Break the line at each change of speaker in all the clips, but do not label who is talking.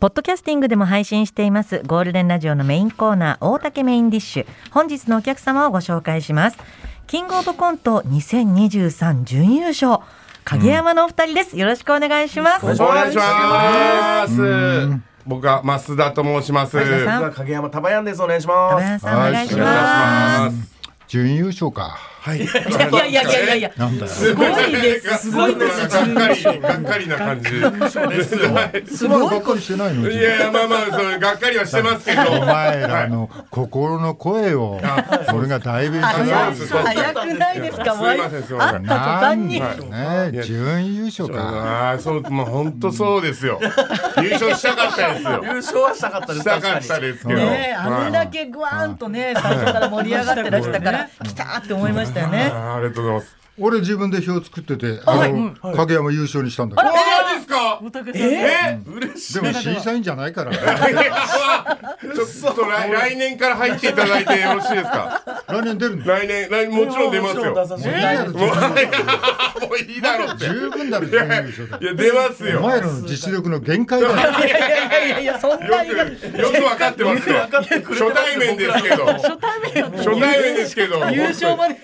ポッドキャスティングでも配信していますゴールデンラジオのメインコーナー大竹メインディッシュ本日のお客様をご紹介しますキングオブコント2023準優勝影山のお二人です、よろしくお願いします
お願いします。僕は増田と申します。。
増田さん
僕は影山たばやんですお願いしま
高
す
谷さんお願いします
準優勝か。
はい。い
すいやいやいやいやいや
なんだよ。
すごいですすごいです
がっかり、がっかりな感じ。
すごいばっかりしてないの。
いやいや、まあまあ、そういうがっかりはしてますけど。
お前らの心の声を、それが代弁して
あ
な
早
い
い
そうです
早くないですかもう
すいませんすいませ
会
ん
った途
な
端
ん
に
だよね。準優勝か。
ああ、そう、まあ、本当そうですよ。優勝したかったですよ
優。勝はしたかったで
し
す
たかっ
確
た
かに
ですけど。
ねえあれだ
はい
けグワーンとね最初から盛り上がってらしたから来たーって思いましたよね
あーありがとうございます。
俺自分で表作ってて、あの、影山優勝にしたんだ
あ
け
マジですか。えー、嬉しい。
ど。でも審査員じゃな いからね。
ちょっと来来年から入っていただいてよろしいですか。
来年出るんだよ。
来年、来年もちろん出ますよ。
もちろん出させて
い
い
い
ただい
や
て
ろ
もういいだろうって。
十分だろ、準優勝だ
い。や、出ます
お
よ。
前らの実力の限界だよ。
いやいやいやいやそんなに
よく、よく分かってますよ。初対面ですけど。初対面。ですけど。
優勝まで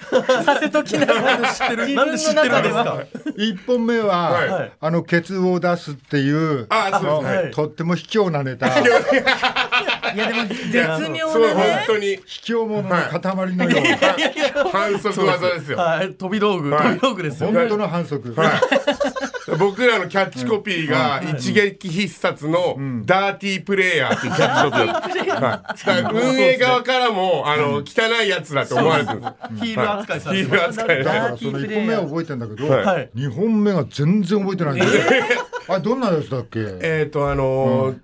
させときながら
知ってるなんで知ってるんですか、
一本目
は
はいあの、ケツを出すっていう、
あ
あ
そう
の
ですはい
とっても卑怯なネタ。
いやでも絶妙
そう、
な
本
ね
当に。
卑怯者の塊のような
反則技ですよ。
はい飛び道具
はい
飛び道具ですよ
本当の反則。
はい僕らのキャッチコピーが一撃必殺のダーティープレイヤーっていうキャッチコピーだったはいだから運営側からもあの汚いやつだと思われてるんです
ヒール扱いさ
ヒ
れ
ー
て
ル扱い
だか
ね
らその1本目は覚えてんだけど、
はい
はい
2本目が全然覚えてないんだよ。あれどんなやつだっけ、
えー、とあのー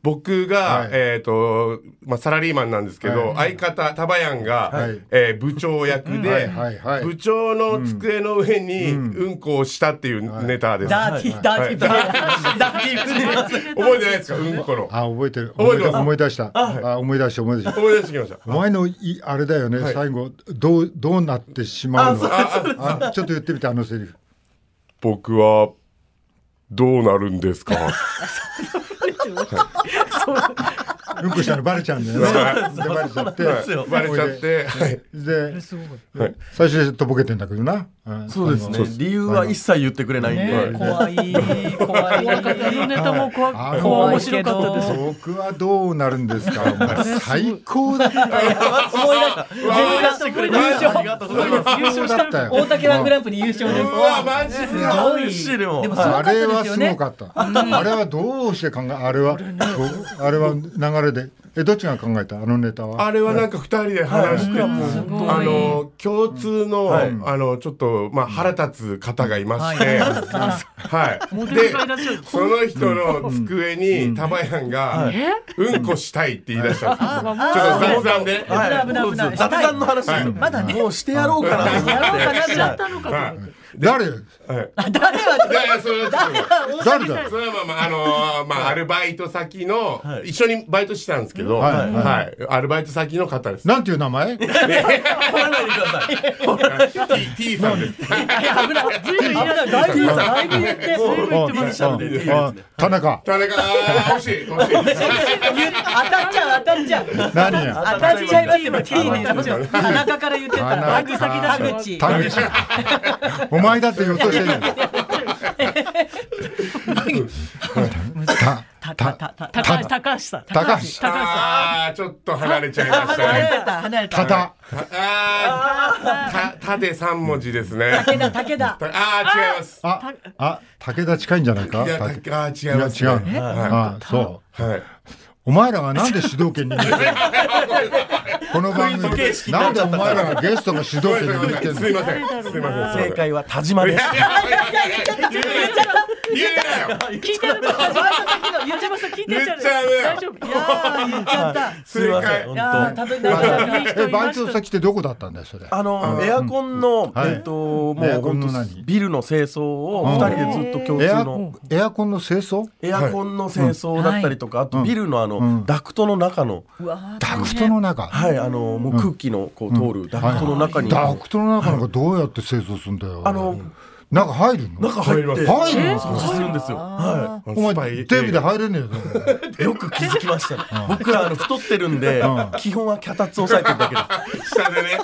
僕が、
はい
えーとまあ、サラリーマンなんですけど、
は
相方タバヤンが、
はい
えー部長役で、
はいはいはい
部長の机の上にうんこをしたっていうネタです、
ダーティーダーティーダーティーダーティープレイヤー
覚えてないですかうんこの
あ覚えてる
覚え
覚え
てま
て
す
思い出したあ思い出した思い出した
思い出してきました
お前のいあれだよね、
い
最後どうどうなってしまうの
ああ
あちょっと言ってみてあのセリフ
僕はどうなるんです か
うんこしたのバレちゃうんだよねでバレちゃって、
すよ
バレちゃって、はい
で最初とぼけてんだけどな、
そうですね理由は一切言ってくれないんで
怖い怖いあのネタも怖
あの
怖い面白かったです
僕はどうなるんですかお前最高だった
思い出した
うわー
絶対優勝
ありがとうございます
優勝した大竹ワングランプリ優勝です
うわマジです
す
か
ご
嬉しい
い
でも
でもすごか
あ
ったで
れは
すよ
すご
ね
かった。あれはどうして考え、あれは、僕あれは流れで、え、どっちが考えた、あのネタは。
あれはなんか二人で話して、
ごい
あの共通の、あのちょっとまあ腹立つ方がいまして、はい。で、その人の机にタバヤンがうんこしたいって言い出したんですよ。ちょっと雑談で。
はい
危ない危ない危ない
雑談の話ですよ
まだね
もうしてやろうかなと思って
やろうかなぐらい
はい
誰、
誰は
でそれはちょっと
誰だ。
それはまあまあ、あのーまあ、アルバイト先の、
はい
一緒にバイトしてたんですけど、は、
はいい
アルバイト先の方です。
なんていう名前。い
来ないでくださ
T,
い
T さんです。
危ない危ないだいぶだいぶ言って
あ田中。
田中、あー惜しい、惜しい。
言う当たっちゃう当たっちゃう
何や。
当たっちゃいますよ T に田中から言ってたら田口
田口。お前だって予想してる。た、
た
た
たたた高橋高橋さん
高橋
高橋さ
あーちょっと離れちゃいました
離
ね。
れた離れ
た
た
た。
あーた、たで三文字ですね。
武田武田
たあー違います。
あ、あ、武田近いんじゃないか。
いや、たあ
武
ー違い
いや、
ます、
違
ね。
うの。あ、そう。
はい。
お前らがなんで主導権握ってるのこの番組
クイズ形式に
な
なんっ
で
ちゃ
お
ったから
前らがゲストの主導権
ごめん
握
な
っ
さ
て
い
ん
す
の
いません。すいません。
正解は田島です
言えないよ。
ん聞いてるの田島さん聞いてる田島さん聞いてるじ
言
ゃ
っちゃうよ
ない大丈夫いや
言っちゃった
すいません
正解
本
あー
当
たどり着いた
え
いい人いました
バイト先ってどこだったんだよそれ
あのエアコンの、
はい
えっ、とも
エア
う
コンの
本当
何
ビルの清掃を
うん
二人でずっと共
エ
通
ア
の
エアコンの清掃
エアコンの清掃だったりとか、あとビルのあの、
うん
ダクトの中の、
ダクトの中、
はいあのもう空気のこう通るダクトの中に、
ダクトの中なんかどうやって清掃するんだよ
あの
中入るの
中入って
入るの
掃除するんですよ。は
お
お前テレビで入れねえよ
い。よく気づきましたね。僕らあの太ってるんで、基本は脚立抑えてるだけです。
下でね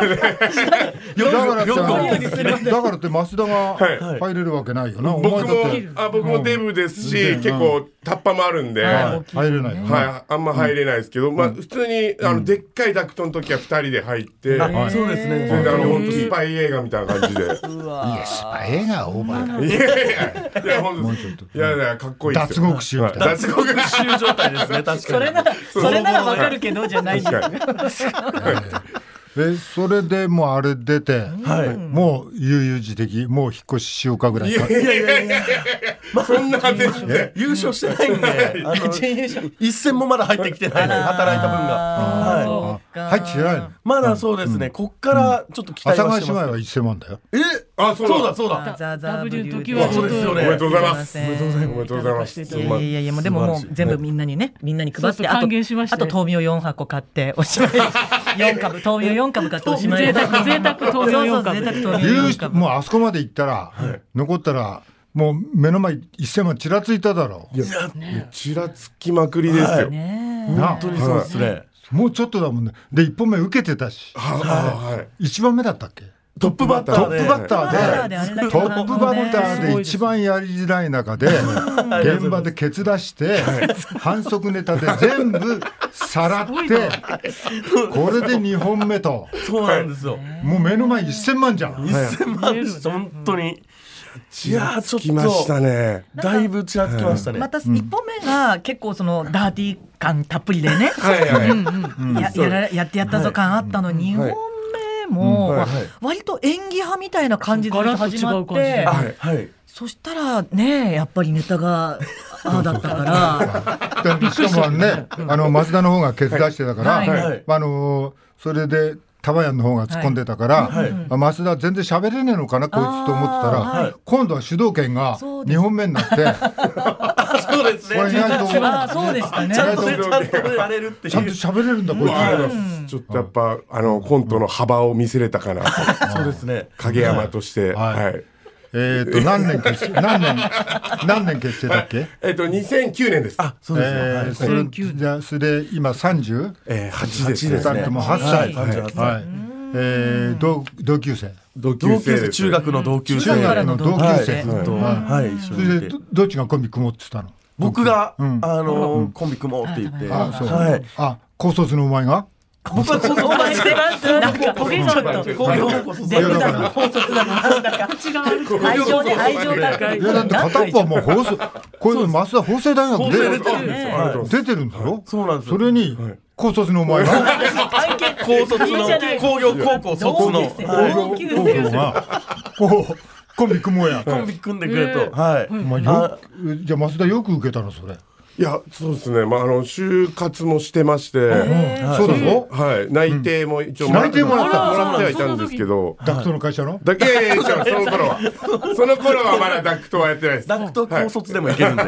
よく
だからって
よく思うんですね。
だからって増田が
はい
入れるわけないよな、お前
僕
だ
も
って
あ僕もデブですし結構タッパもあるんで、は
入れないよ
い
な、
あんま入れないですけど、まあ普通にあのでっかいダクトの時は2人で入って、
あ
はい
そうですね。
あの本当スパイ映画みたいな感じ で。
いやスパ映画オーバーだ
いやいやいや本当ですいやいやかっこいいです
脱
よ
獄しようみたいな
はい脱獄
復讐状態ですね。確かに。
それならそれならわかるけどじゃないんだよ
確か
えそれでもうあれ出て、
はい。
もう悠々自適もう引っ越ししようかぐらいか
にいやいやいやいやそんな感じで
優勝してないんで、あの
準優勝
一銭もまだ入ってきてないです。働いた分が。
あー
はい。
そ
あ入ってないの
まだそうですね。こっからちょっと期
阿
待
佐
は
ヶ
し
谷
て
姉
ます
妹。は1000万だよ
え
あそうだ
そうだそうだ。
ザーザーブリュー
W 時は
ちょっとそうですよね
おめでとうございます
おめでとうご
おめでとうございま
い
す
やいやいやもうでももう全部みんなにねみんなに配っ
そう
て
そう
あと
還元しました
あと
ね
豆苗4箱買ってお しまい四株豆苗4株買っておしまい
贅沢贅沢豆苗四株
そうそう贅沢豆苗
有
4
志
株
もうあそこまで行ったら、残ったらもう目の前1000万ちらついただろう
ちらつきまくりですよ
ね
な
本当にそうですね。
もうちょっとだもんねで1本目受けてたし
はははい
1番目だったっけ
トップバッター
トッ
で。
プバッタ
トップバッタ
ー
ー
で
であれだけ
トップバッターで一番やりづらい中で現場でケツ出して反則ネタで全部さらってこれで2本目と
そうなんですよ。
もう目の前1000万じゃん
一千万です本当に。いやーちょ
きまし
った
ね
とだいぶちらつきましたね。
また一歩目が結構そのダーティー感たっぷりでね
はいはい
ややらやってやったぞ感あったのに、
は
2
い
本目も、
うんはいはい
割と演技派みたいな感じで始まっ
ガラッと違う
て
感
はい
はい。
そしたらねやっぱりネタ がああだったから
でしかもねあの増田の方がケツ出してたから、
はい
はいはい
まああのーそれでタバヤンの方が突っ込んでたから、
はいはい
あ増田全然喋れねえのかなこいつと思ってたら、
あーはい
今度は主導権が
そうです
2本目に なって
そうです
これ意
ね。
外と
ああそうでしたね
ちゃんとね
意
ちゃんとねやれるってい
ちゃんと
う。
喋れるんだこいつ、
ちょっとやっぱあのコントの幅を見せれたかな
そうですね。
影山として
はい
はい
えっ、と何年結 成何年何年結成だっけ、
えっと2009年です
あ、そうですね。
え
はい
ー、それじゃあそれで今 30?
えー8です
二
ね
すね
人とも8歳、
はい38歳
はいえー同同級生
同級
同級
生
生
です
中学の同級生。
中学の同級
はい
生、
ずっとはい一緒
そ
に
れ
い
で
て
ど。どっちがコンビ組もうって言ったの
僕があ
ん
のーコンビ組もうって言って。
あそう
はい。
あ高卒のお前が
僕は高卒なんですよ。
なんかトゲがあった
高校高卒
全部
いや
だ
だか
の
ら
高卒だのなんだか
口が悪くて
愛情ね愛情高
高
い
い
いやだって片っぽはもう法政こういうの増田法政大
高
学
校生出てるん
で
ですよ。
ありがとうございます
出てるんだろ
そうなんですよ
それに高卒のお前が
高卒の工業高校卒の
同級生
はい
同級
高
生
校がおうコンビ組もうや
コンビ組んでくれと。はい。
お前よじゃあ増田よく受けたのそれ
いやそうですねまああの就活もしてまして
そうだぞ
はい内定も一応もらっ
内定もらった
もらってはいたんですけど
ダクトの会社の
だけいやいや違うその頃はその頃はまだダクトはやってないです
ダクト高卒でもいけるんで。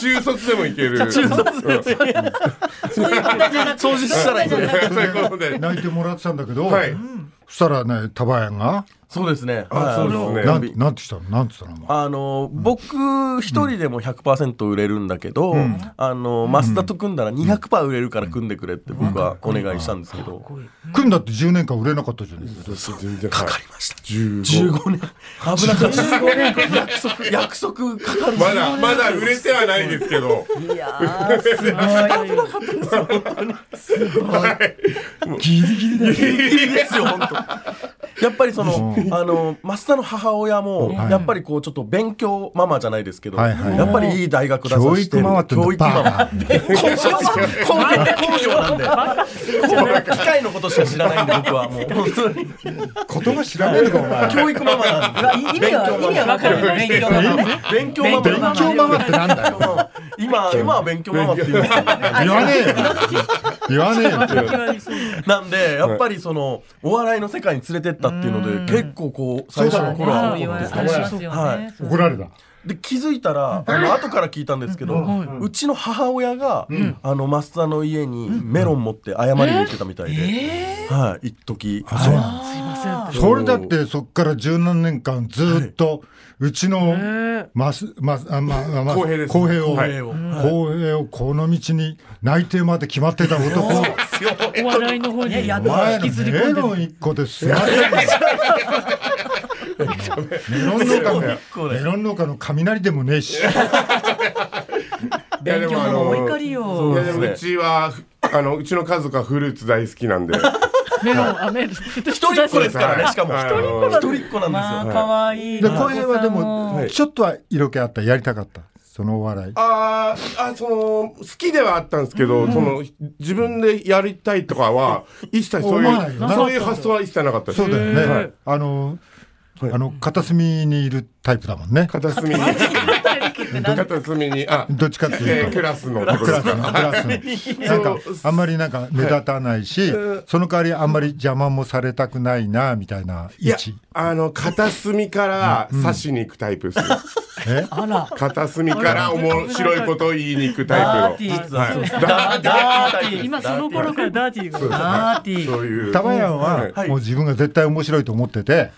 中卒でもいける
そういう問題じゃなくて
掃除したらいいね。
そういうことで
泣いてもらってたんだけど
はい
そしたらねタバヤンが
そうですね。
あ
はい
そうですね
なんなんてしたのなんてしたのお前
あの僕一人でも100%売れるんだけど、あの増田と組んだら200%売れるから組んでくれって僕はお願いしたんですけど、
組んだって10年間売れなかったじゃねえか
全然かかりました15
15年危なかった約束約束かかる
まだまだ売れてはないですけど
いやーすごい
ギリギリだよ
ですよ本当やっぱりその、あの増田の母親も、やっぱりこうちょっと勉強ママじゃないですけど、
はいはい
やっぱりいい大学出さ
教
せて
育
る
回ってん
教
だ
育
バ
ママ
カ
工業工業工業なんで機械のことしか知らないんで僕はもう本当に
言葉知らねえのかお前
教育ママなんで
意味は意味はわかるよ勉強のね
勉強ママ
勉強ママってなんだよ
今今は勉強ママって言うんですけど
言わねえよ言わねえよって
なんでやっぱりそのお笑いの世界に連れてったっていうので結構こう最初の頃
あ
は思
言
うん
わ
で
れ
すけ
あ
ど
りますよね
はい
怒られた
で気づいたらあの後から聞いたんですけど、うちの母親が、あの増田の家にメロン持って謝りに行ってたみたいで、はい一時はい
それだってそっから十何年間ずっとうちのますますあまあまあ
公平です
公平を
はい
公平をこの道に内定まで決まってた男
お笑いの方に。
お前のメロン一個ですよ。メロン農家のメロン農家の雷でもねえし。
いやでもあ
お
の
怒り
い
よ。
やでもうちはあのうちの家族はフルーツ大好きなんで
メロン、あ、メロン。一
一人っ子ですからねしかも
はい
一人っ子なんですよ、
まあ、可愛い。
で公平はで
は
も
い
ちょっとは色気あったやりたかったそのお笑い。
あーあその好きではあったんですけど、その自分でやりたいとかは一切そう
思わない
い
よ
う
な
そういう発想は一切なかったです
そうだよね。
は
はい
い、
あの、あの片隅にいるタイプだもんね。
片隅に片隅にあ
どっちかって
えー
いうと。
クラスのとこ
ク
ろ
ラスのクラスのなんかあんまりなんか目立たないし、その代わりあんまり邪魔もされたくないなみたいない位
や
置
あの片隅から刺しに行くタイプです、
え
あら。
片隅から面白いことを言いに行く タイプの
ダーティー
はい
ダーダーティー
今その頃からダーティーが。
ダーティー。
そういう
タバヤンは
はい
もう自分が絶対面白いと思ってて、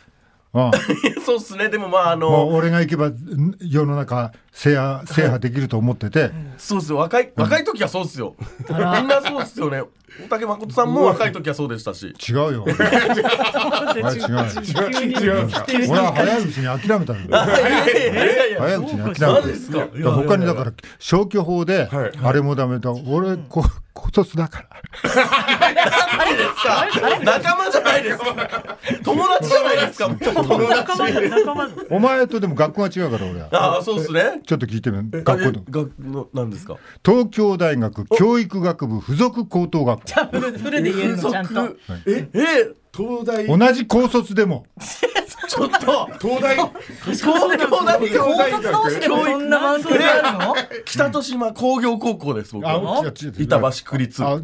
うん、
そうっすねでもまああ
も
の
う俺が行けばん世の中制覇制覇できると思ってて、
そうっすよ若い若い時はそうっすよみんなそうっすよね大竹誠さんも若い時はそうでしたし
違うよ俺は違うよ
違うんですか
俺は早いうちに諦めたん だよ早いうちに諦め
マ
た
ジですか
いや他にだから消去法で
はい
あれもダメだ俺こ今年だから
仲間じゃないですか友達じゃないですか友達
仲間だ仲間だ
お前とでも学校が違うから俺は
ああそうっすね
ちょっと聞いてみる学校でも
え学のなんですか
東京大学教育学部附属高等学校
フルフルで言うのちゃんと。
ええ
東大
同じ高卒でも
ちょっと
東大
東京大
東京大
学
学
でもそんなマウントになるの？
北豊島工業高校です僕
あ
板
違う違う違う
橋区立
あ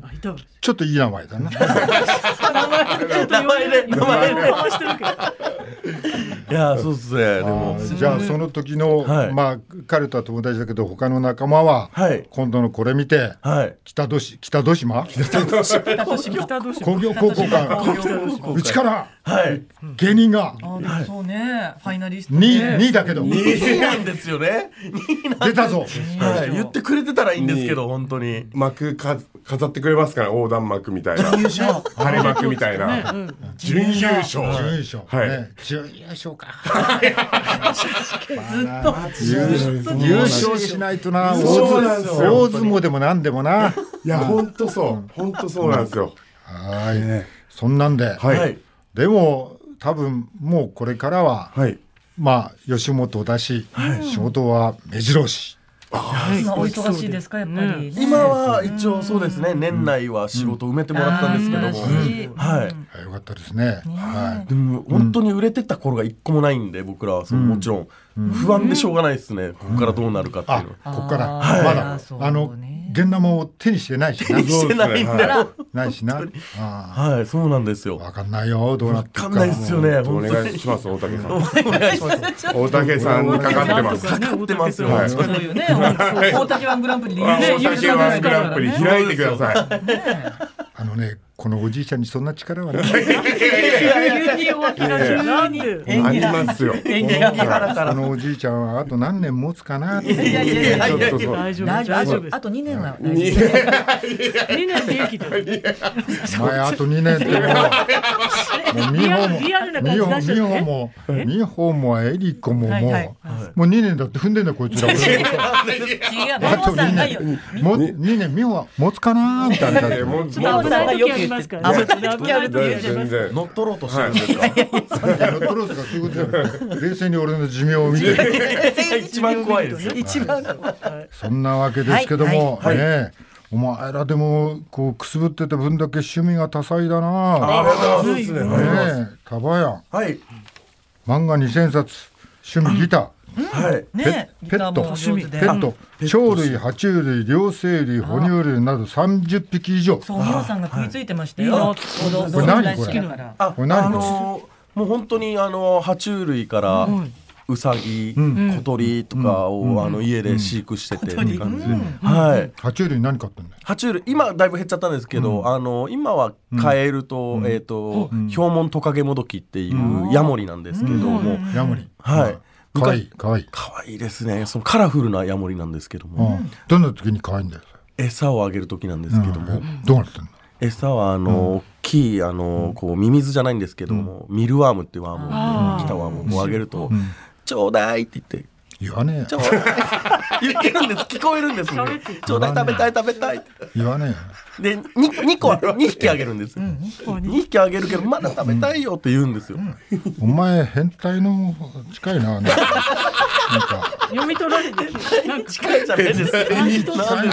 ちょっといい名前だな
名前で名前でいやそうっすねでも
じゃあその時の、
はい
まあ彼とは友達だけど他の仲間は、
はい
今度のこれ見て
はい
北戸市北戸島
北と島北と島
工業高校か
工業高校
うちから
はい
芸人が
あでもそうねファイナリスト
2位
ね。
2位だけど
そうなんですよね
出たぞ
はい言ってくれてたらいいんですけど本当に
幕か飾ってくれますから横断幕みたいな晴れ幕みたいな準優勝
準優勝、
はい
ね、準優勝か
優
優勝しないとな大
そうなんですよ
相撲でもなんでもない
や本当そう本当そうなんですよ
はい、そんなんで、
はい
はい
でも多分もうこれからは、
はい
まあ吉本だし、仕事は目白押し
今お忙しいですかやっぱり。
今は一応そうですね年内は仕事埋めてもらったんですけど
あー嬉しい
もはい
あよかったですねはい
でも本当に売れてった頃が一個もないんで僕らはそのもちろん不安でしょうがないですねここからどうなるかっていう
あ
のは
こっから
あー
まだ
そうね
あの現生を手にしてないし な
してないんだよ
ないしなあ
はいそうなんですよ
ーわかんないよどうなって
わか
る
んないですよね
お
本当
願
に
いします大竹さん大竹さんにかかってます
か
かかってますよ
大竹さんとかねそういうね大竹ワングランプリで
あ大
優勝
竹
しま
ワ
す
ング
から
ラン
ね
プリ開いてくださ
あのねこのおじいちゃんにそんな力はない
急に大きな急になんで
いありますよ
演技
あのおじいちゃんはあと何年持つかなと思って
いやいやいや
ちょっとそう
大丈夫
大丈夫
大
あ
丈夫
と
で
あと2年は大
に
丈
すみんなで元気で
お前あと2年ってもうもう美穂も
リアルな
美
感
穂
じ出し
美
ちゃった
穂
ね
も美穂もエリコももう、
はいはい
もう2年だって踏んでんだこいつら俺のこ
違う
とあ
桃
と
さ
2
んないよ
年も2年美穂は持つかなみたいな感じ
え
で
ーもうもう
ちょっと危
全
ない時ありますからね危ない時あります
然
乗っ取ろうとしてるんですか
ロトローズがそういうことだよ冷静に俺の寿命を見て
一番怖いですよ
一番怖い
そんなわけですけども、
はいはい
ねえお前らでもこうくすぶってた分だけ趣味が多彩だ
あ
な
りがとうございます
ねえタバヤン
はい
漫画2000冊趣味ギター
はい
ね
ペペット
趣味で
ペット、鳥類、爬虫類、両生類、哺乳類など30匹以上。
そう美穂さんが食いついてました
いいな
よ
これ
動物大好
こ
き
れ
だから
あ
これ何
あのーもう本当にあのー爬虫類から、うさぎ、小鳥とかをあの家で飼育しててって感じで、はい。
爬虫類何買ったんだよ
爬虫類今だいぶ減っちゃったんですけど、あの今はカエルと、えっ、と、ヒョウモントカゲモドキっていうヤモリなんですけども、
ヤモリ
はい
可愛い可愛い
可愛いですねそのカラフルなヤモリなんですけども、
うんどんな時に可愛いんだよ
餌をあげる時なんですけども、
どうなってんの
餌はあの、大きいあのこうミミズじゃないんですけども、ミルワームっていうワームを来たワームをあげると、ちょうだいって言って
言わねえよ
ちょうだい言ってるんです聞こえるんですねちょうだい食べたい食べたいって
言わねえよ
で 2, 二個は2匹あげるんですよ、2匹あげるけどまだ食べたいよって言うんですよ、
お前変態の近いななんかなんか
読み取られてるなんか
近いじゃないですか
近いんだよね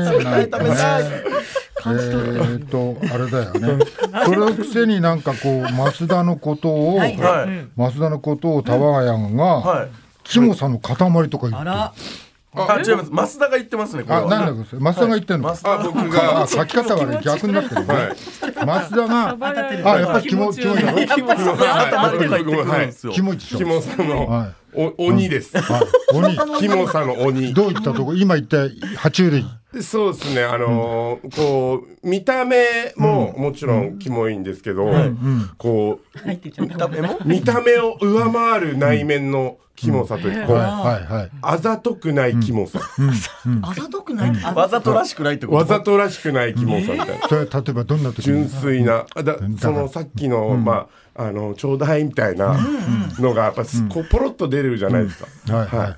なんかねえー、っとあれだよねそれをくせになんかこう増田のことを、
はい
増田のことをタワーヤンが、
はい
キモさの塊とか言
あ
ってる
ら
あ違います増田が言ってますねこれ
あ、
は
なんだこれ、増田が言ってんの。
はい
あ僕
あ
が
あ、書き方がね、逆になってるね。
はい
増田が、
当たってる
あ、やっぱり気持ちいいだろ。
行きますよねあなたまでとか言ってくるんですよ
気持ちいい
キ
でしょ。
モさん
は
の
い
お鬼です
はい、
キモさの鬼
鬼。どういったとこ、今言った爬虫類。
そうですねあのーこう見た目ももちろんキモいんですけどこう
入ってちゃっ
見た目も
見た目を上回る内面のキモさというかこ、
はいうはい、はい。
あざとくないキモさ、
あざとくないあ
わざとらしくないってこと
わざとらしくないキモさみたいな、
それ、例えば、どんな時
純
に。
粋なあだそのさっきの、まああのちょうだいみたいなのがやっぱす、こうポロッと出るじゃないですか、
はい、はい、はい。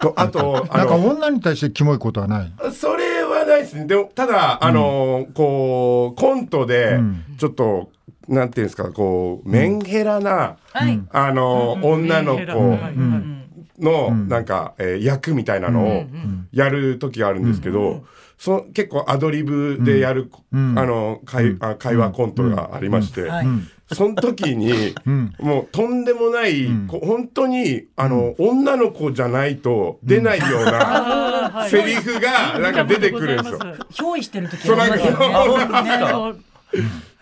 とあとあ
なんか、
の
女に対してキモいことはない。
それはないですねでもただあの、こうコントでちょっと、なんていうんですかこうメンヘラな、
はい
あの、女の
メンヘラ
子
はいうん
の、なんか、えー役みたいなのをやる時があるんですけど、その結構アドリブでやる、あの会あ会話コントがありまして、
はい
その時に、もうとんでもない、こう本当にあの、女の子じゃないと出ないような
あーはい
セリフがなんか出てくるんですよ。
憑依してる時
そうなんか
ありますよね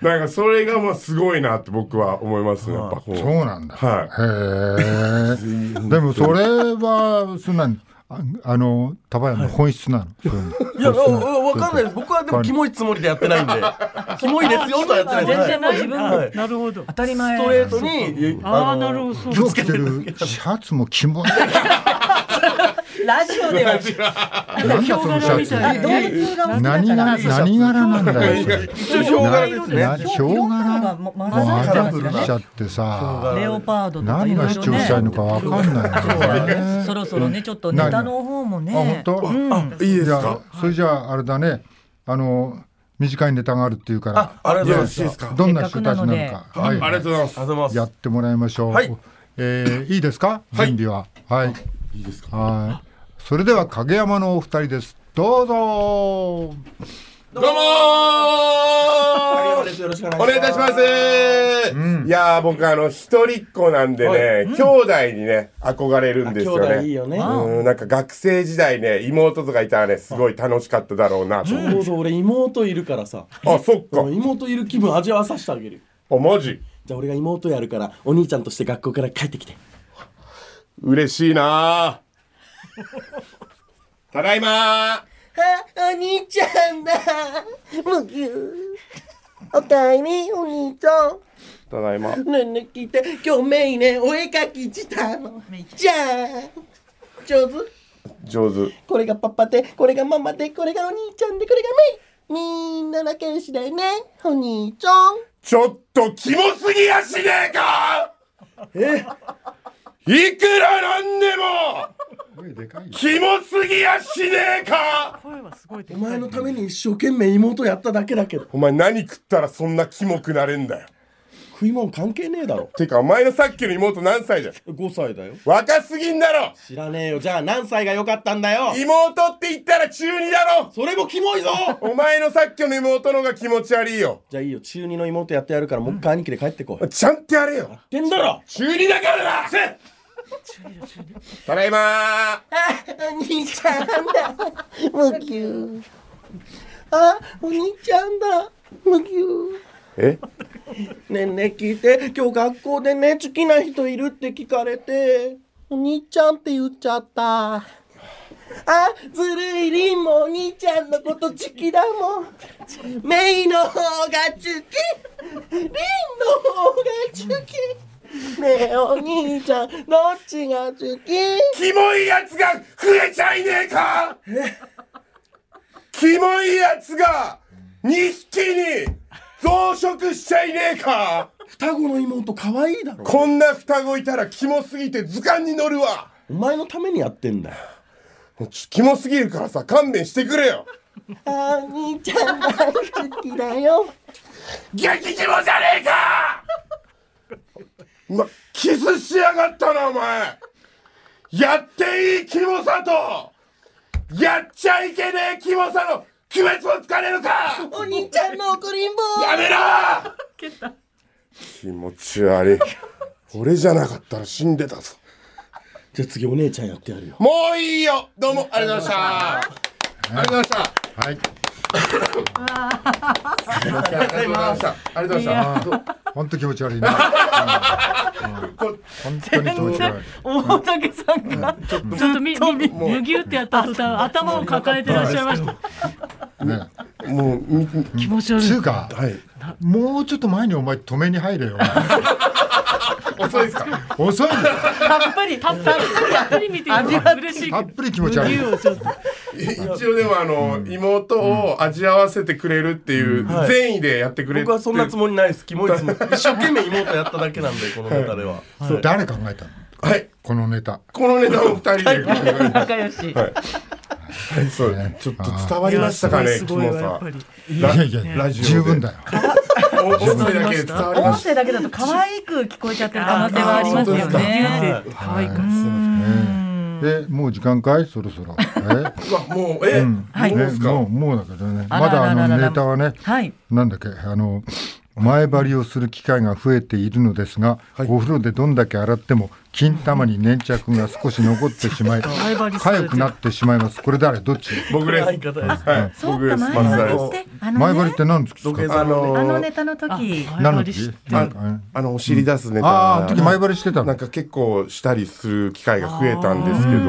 なんかそれがまあすごいなって僕は思いますね。やっぱこう
そうなんだ。
はい
へえ。でも、それは、そんなに。ああの、タバヤの本質なの。そういうの
いや、わわかんないです。僕はでもキモいつもりでやって ないんで、キモいですよとはやってないです。
全然ない自分
は
も
い
なるほど
当たり前
ストレートに、
あ
の
あなるほどそう
今日着てるシャツもキモい。
ラジオでは
なんだそのシャツ。
動物が
何柄何柄なんだよ。
一応ヒョウ柄ですね。
なヒョウ柄
も
もう
混
ア
ざ
ダ
って
プ
ま
ル
す
しち
よ
ゃ
ね
ってさ、
レオパードとか
何
いろ
が
い
主
ろ
張したい
ね
のかわかんないよ ね。
そろそろねちょっとネタの方もね
あ本当。
あいいです
じ
か
ゃ。あそれじゃああれだね。あの短いネタがあるっていうか
あ、ありがとうございま
い
す。
いですか
ら、どんな人たちなの
せっか
か、はい
ありがとうございます。
ありがとうござい
や
ま
ってもらいましょう。
はい
えーいいですか？準備は。はい。
いいですか。
はい。それでは影山のお二人です。どうぞ。
どうもー
す。よろしくお
お願いいたします。いやー、僕、あの、一人っ子なんでね、兄弟にね、憧れるんですよ
兄弟
ね。
いいよね
うん、なんか学生時代ね、妹とかいたらね、すごい楽しかっただろうなと。
どうぞ、俺妹いるからさ。
あ、そっか。
妹いる気分味わわさせてあげる。
あ、マジ
じゃあ俺が妹やるから、お兄ちゃんとして学校から帰ってきて。
嬉しいなー。ただいま
あ、お兄ちゃんだ。むぎゅー。おかえり、お兄ちゃ
ー。ただいま。
ん。ねえねえ聞いて、今日メイね、お絵かきしたの。じゃあ。上手
上手。
これがパパで、これがママで、これがお兄ちゃんで、これがメイ。みんな仲良しだよね、お兄ちゃん。
ちょっと、キモすぎやしねえかえいくらなんでも
声でかいよ。
キモすぎやしねえか
声はすごいで
お
かい
前のために一生懸命妹やっただけだけど、
お前何食ったらそんなキモくなれんだよ。
食い物関係ねえだろ。
てかお前のさっきの妹何歳じゃん
5歳だよ。
若すぎんだろ
知らねえよ。じゃあ何歳が良かったんだよ。
妹って言ったら中二だろ
それもキモいぞ
お前のさっきの妹の方が気持ち悪いよ
じゃあいいよ中二の妹やってやるからもう一回兄貴で帰ってこい、
ちゃんとやれよ
てんだろ
中二だからなせっただいま
お兄ちゃんだ。むぎゅー。あ、お兄ちゃんだ。むぎゅー。
ーえ
ねえねえ聞いて今日学校でね好きな人いるって聞かれてお兄ちゃんって言っちゃったあずるいりんもお兄ちゃんのこと好きだもんメイの方が好きりんの方が好きねえお兄ちゃんどっちが好き
キモいやつが増えちゃいねえかキモいやつが2匹に増殖しちゃいねえか
双子の妹可愛いだろ
こんな双子いたらキモすぎて図鑑に載るわ
お前のためにやってんだよ
もうちょキモすぎるからさ勘弁してくれよ
あお兄ちゃんが好きだよ
激キモじゃねえかま、キスしやがったなお前やっていいキモさとやっちゃいけねえキモさの区別をつかれるか
お兄ちゃんの怒りんぼ
やめろ気持ち悪い俺じゃなかったら死んでたぞ
じゃあ次お姉ちゃんやってやるよ
もういいよどうもありがとうございましたありがとうございました
はい
ありがとうございましたありがとうございました
本当気持ち悪いな
こ
本当に気持ち悪い
大竹さんがちょっとみみむぎゅってやった途端頭を抱えてらっしゃいました
ね
もうみ
気持ち悪い
つうか、もうちょっと前にお前止めに入れよ
遅いですか
遅いんだよ
たっぷりたっぷりたっぷり見てるのが嬉しいけど
たっぷり気持ち悪い
麦をちょっと
一応でもあの、妹を味わわせてくれるっていう
はい
善意でやってくれて
僕はそんなつもりないですキモい つも一生懸命妹やっただけなん でこのネタでは、
それ誰考えたの
はい
このネタ
このネタを二人では
仲良し
いそうねちょっと伝わりましたかね
す
キ
ごい
モ
わや
さ
っぱり
いやいや
ラジオで
十分だよ
お音声だけで伝わりま
音
し
声だけだと可愛く聞こえちゃってる可能性はありますよ
あ
ね。
で可愛いから
えもう時間かいそろそろえ
たうわもうえ、
ね
もうですか、
もうもうだけどね
あ
ま
らら
だあ
らら
の
ら
ネタはね
はい。
なんだっけあの前張りをする機会が増えているのですが、お風呂でどんだけ洗っても金玉に粘着が少し残ってしまい
前張りする
痒くなってしまいますこれ誰どっち
僕です
相方です
はい
そう
僕
か
です
前
松田
張
で
り
す
ってあの
前張り
ね
って何です
土
か
下
あ
座のね
あ
の
の
ー
ネタの時
あ
何の
前張りし
時
て
な
あ
んかね
あのお尻出すネタ
あーあの時前張りしてた
な
の
んか結構したりする機会が増えたんですけど、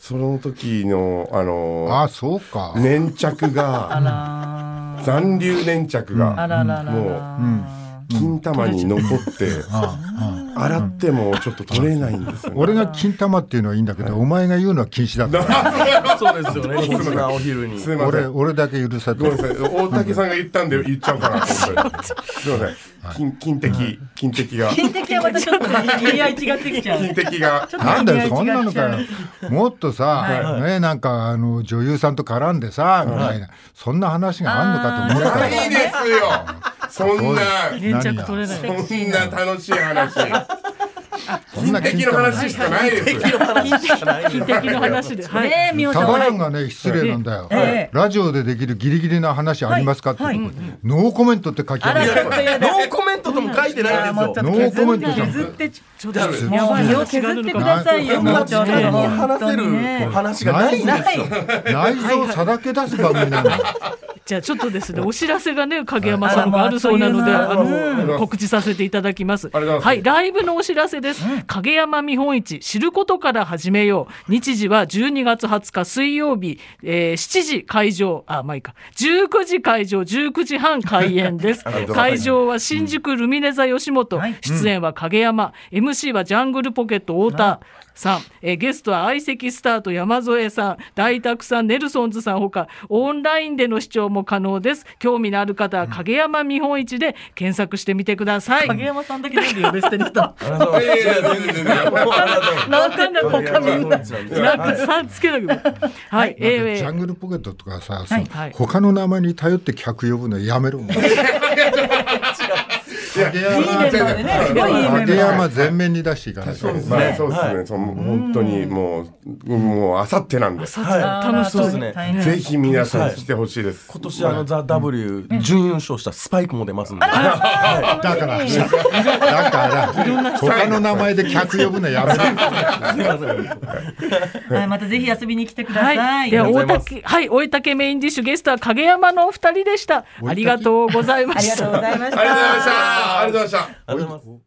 その時のあのー
ああそうか、
粘着が
あ
残留粘着
らあ
が
らららら
もう金玉に残って洗ってもちょっと取れないんですよ、ね、
俺が金玉っていうのはいいんだけど、お前が言うのは禁止だ から
そうですよねこんなお昼に
すいませ
俺
ん
俺だけ許され
ごめんな
て
さい大竹さんが言ったんで言っちゃおうかなと思ってすいません金金的金的が
金的はまたちょっと言い合い違ってきちゃう
金的が
なんだよそんなのかよもっとさ、
い
ねなんかあの女優さんと絡んでさみたいな、そんな話があんのかと思った
ないですよそんな
粘着取れない
そんな楽しい話
そんな
金的の話しかないです
金的の話ではい
ねえ美桜
た
さん
ば
は
ら
い
んがね失礼なんだよ、
ええ
ラジオでできるギリギリな話ありますかって、
はいはい
ノーコメントって書き
あら
上げ
ちょ
る
っとや
ノ
だ。
ーコメントとも書いてない
あー
んです
も
よ
うちょっと
ノーコメ
削っ
ン
て削って
トじゃん
ちょっ
だ
とやばいよ削ってくださいよ
な
もうちょ
力
っと
で
本
話
当
せ
にね
る。話がないんですよ
内臓をさらけ出す番組なんだよ
じゃあちょっとですね、お知らせがね、影山さんがあるそうなので、
あら
あ
まあ
の、告知させていただきます。
ありがとうご
は
ざい
い、
ま
ライブのお知らせです。影山見本市、知ることから始めよう。日時は12月20日水曜日、えー7時会場、あ、まあいいか、19時会場、19時半開 演です。会場は新宿ルミネ座吉本、出演は影山、MC はジャングルポケット太田。さん、えーゲストは相席スタート山添さん大沢さんネルソンズさんほかオンラインでの視聴も可能です興味のある方は影山見本市で検索してみてください、
影山さんだけなんで呼び捨てにした。
いやいやいや全然全然
なんでなんか他みんななんかさんつけなくなるはい、え
ジ
ー
ャ
えー
ングルポケットとかさ、
はい
その
はい
他の名前に頼って客呼ぶのやめろもう
いいメンバーでねすごいいいメンバー
影山全面に出していかないと
そうですね。そうですね。その本当にもうもうあさってなんで、ぜ
はい、楽しそうですね。
大変
ひ皆さん来てほしいです。
今年あのザ・ W 準優勝したスパイクも出ますんで、は
だからさだから他の名前で客呼ぶのやめ
い、
て
すみません。
はい、またぜひ遊びに来てください。
はい、
で
で
は
は
りがとう
大
ございます
竹はい大竹メインディッシュゲストは影山のお二人でした。ありがとうございま
あり
し
が
た
とう。ございまし。
ありがとうございましたた。ありがとうございました。
ありがとうございます。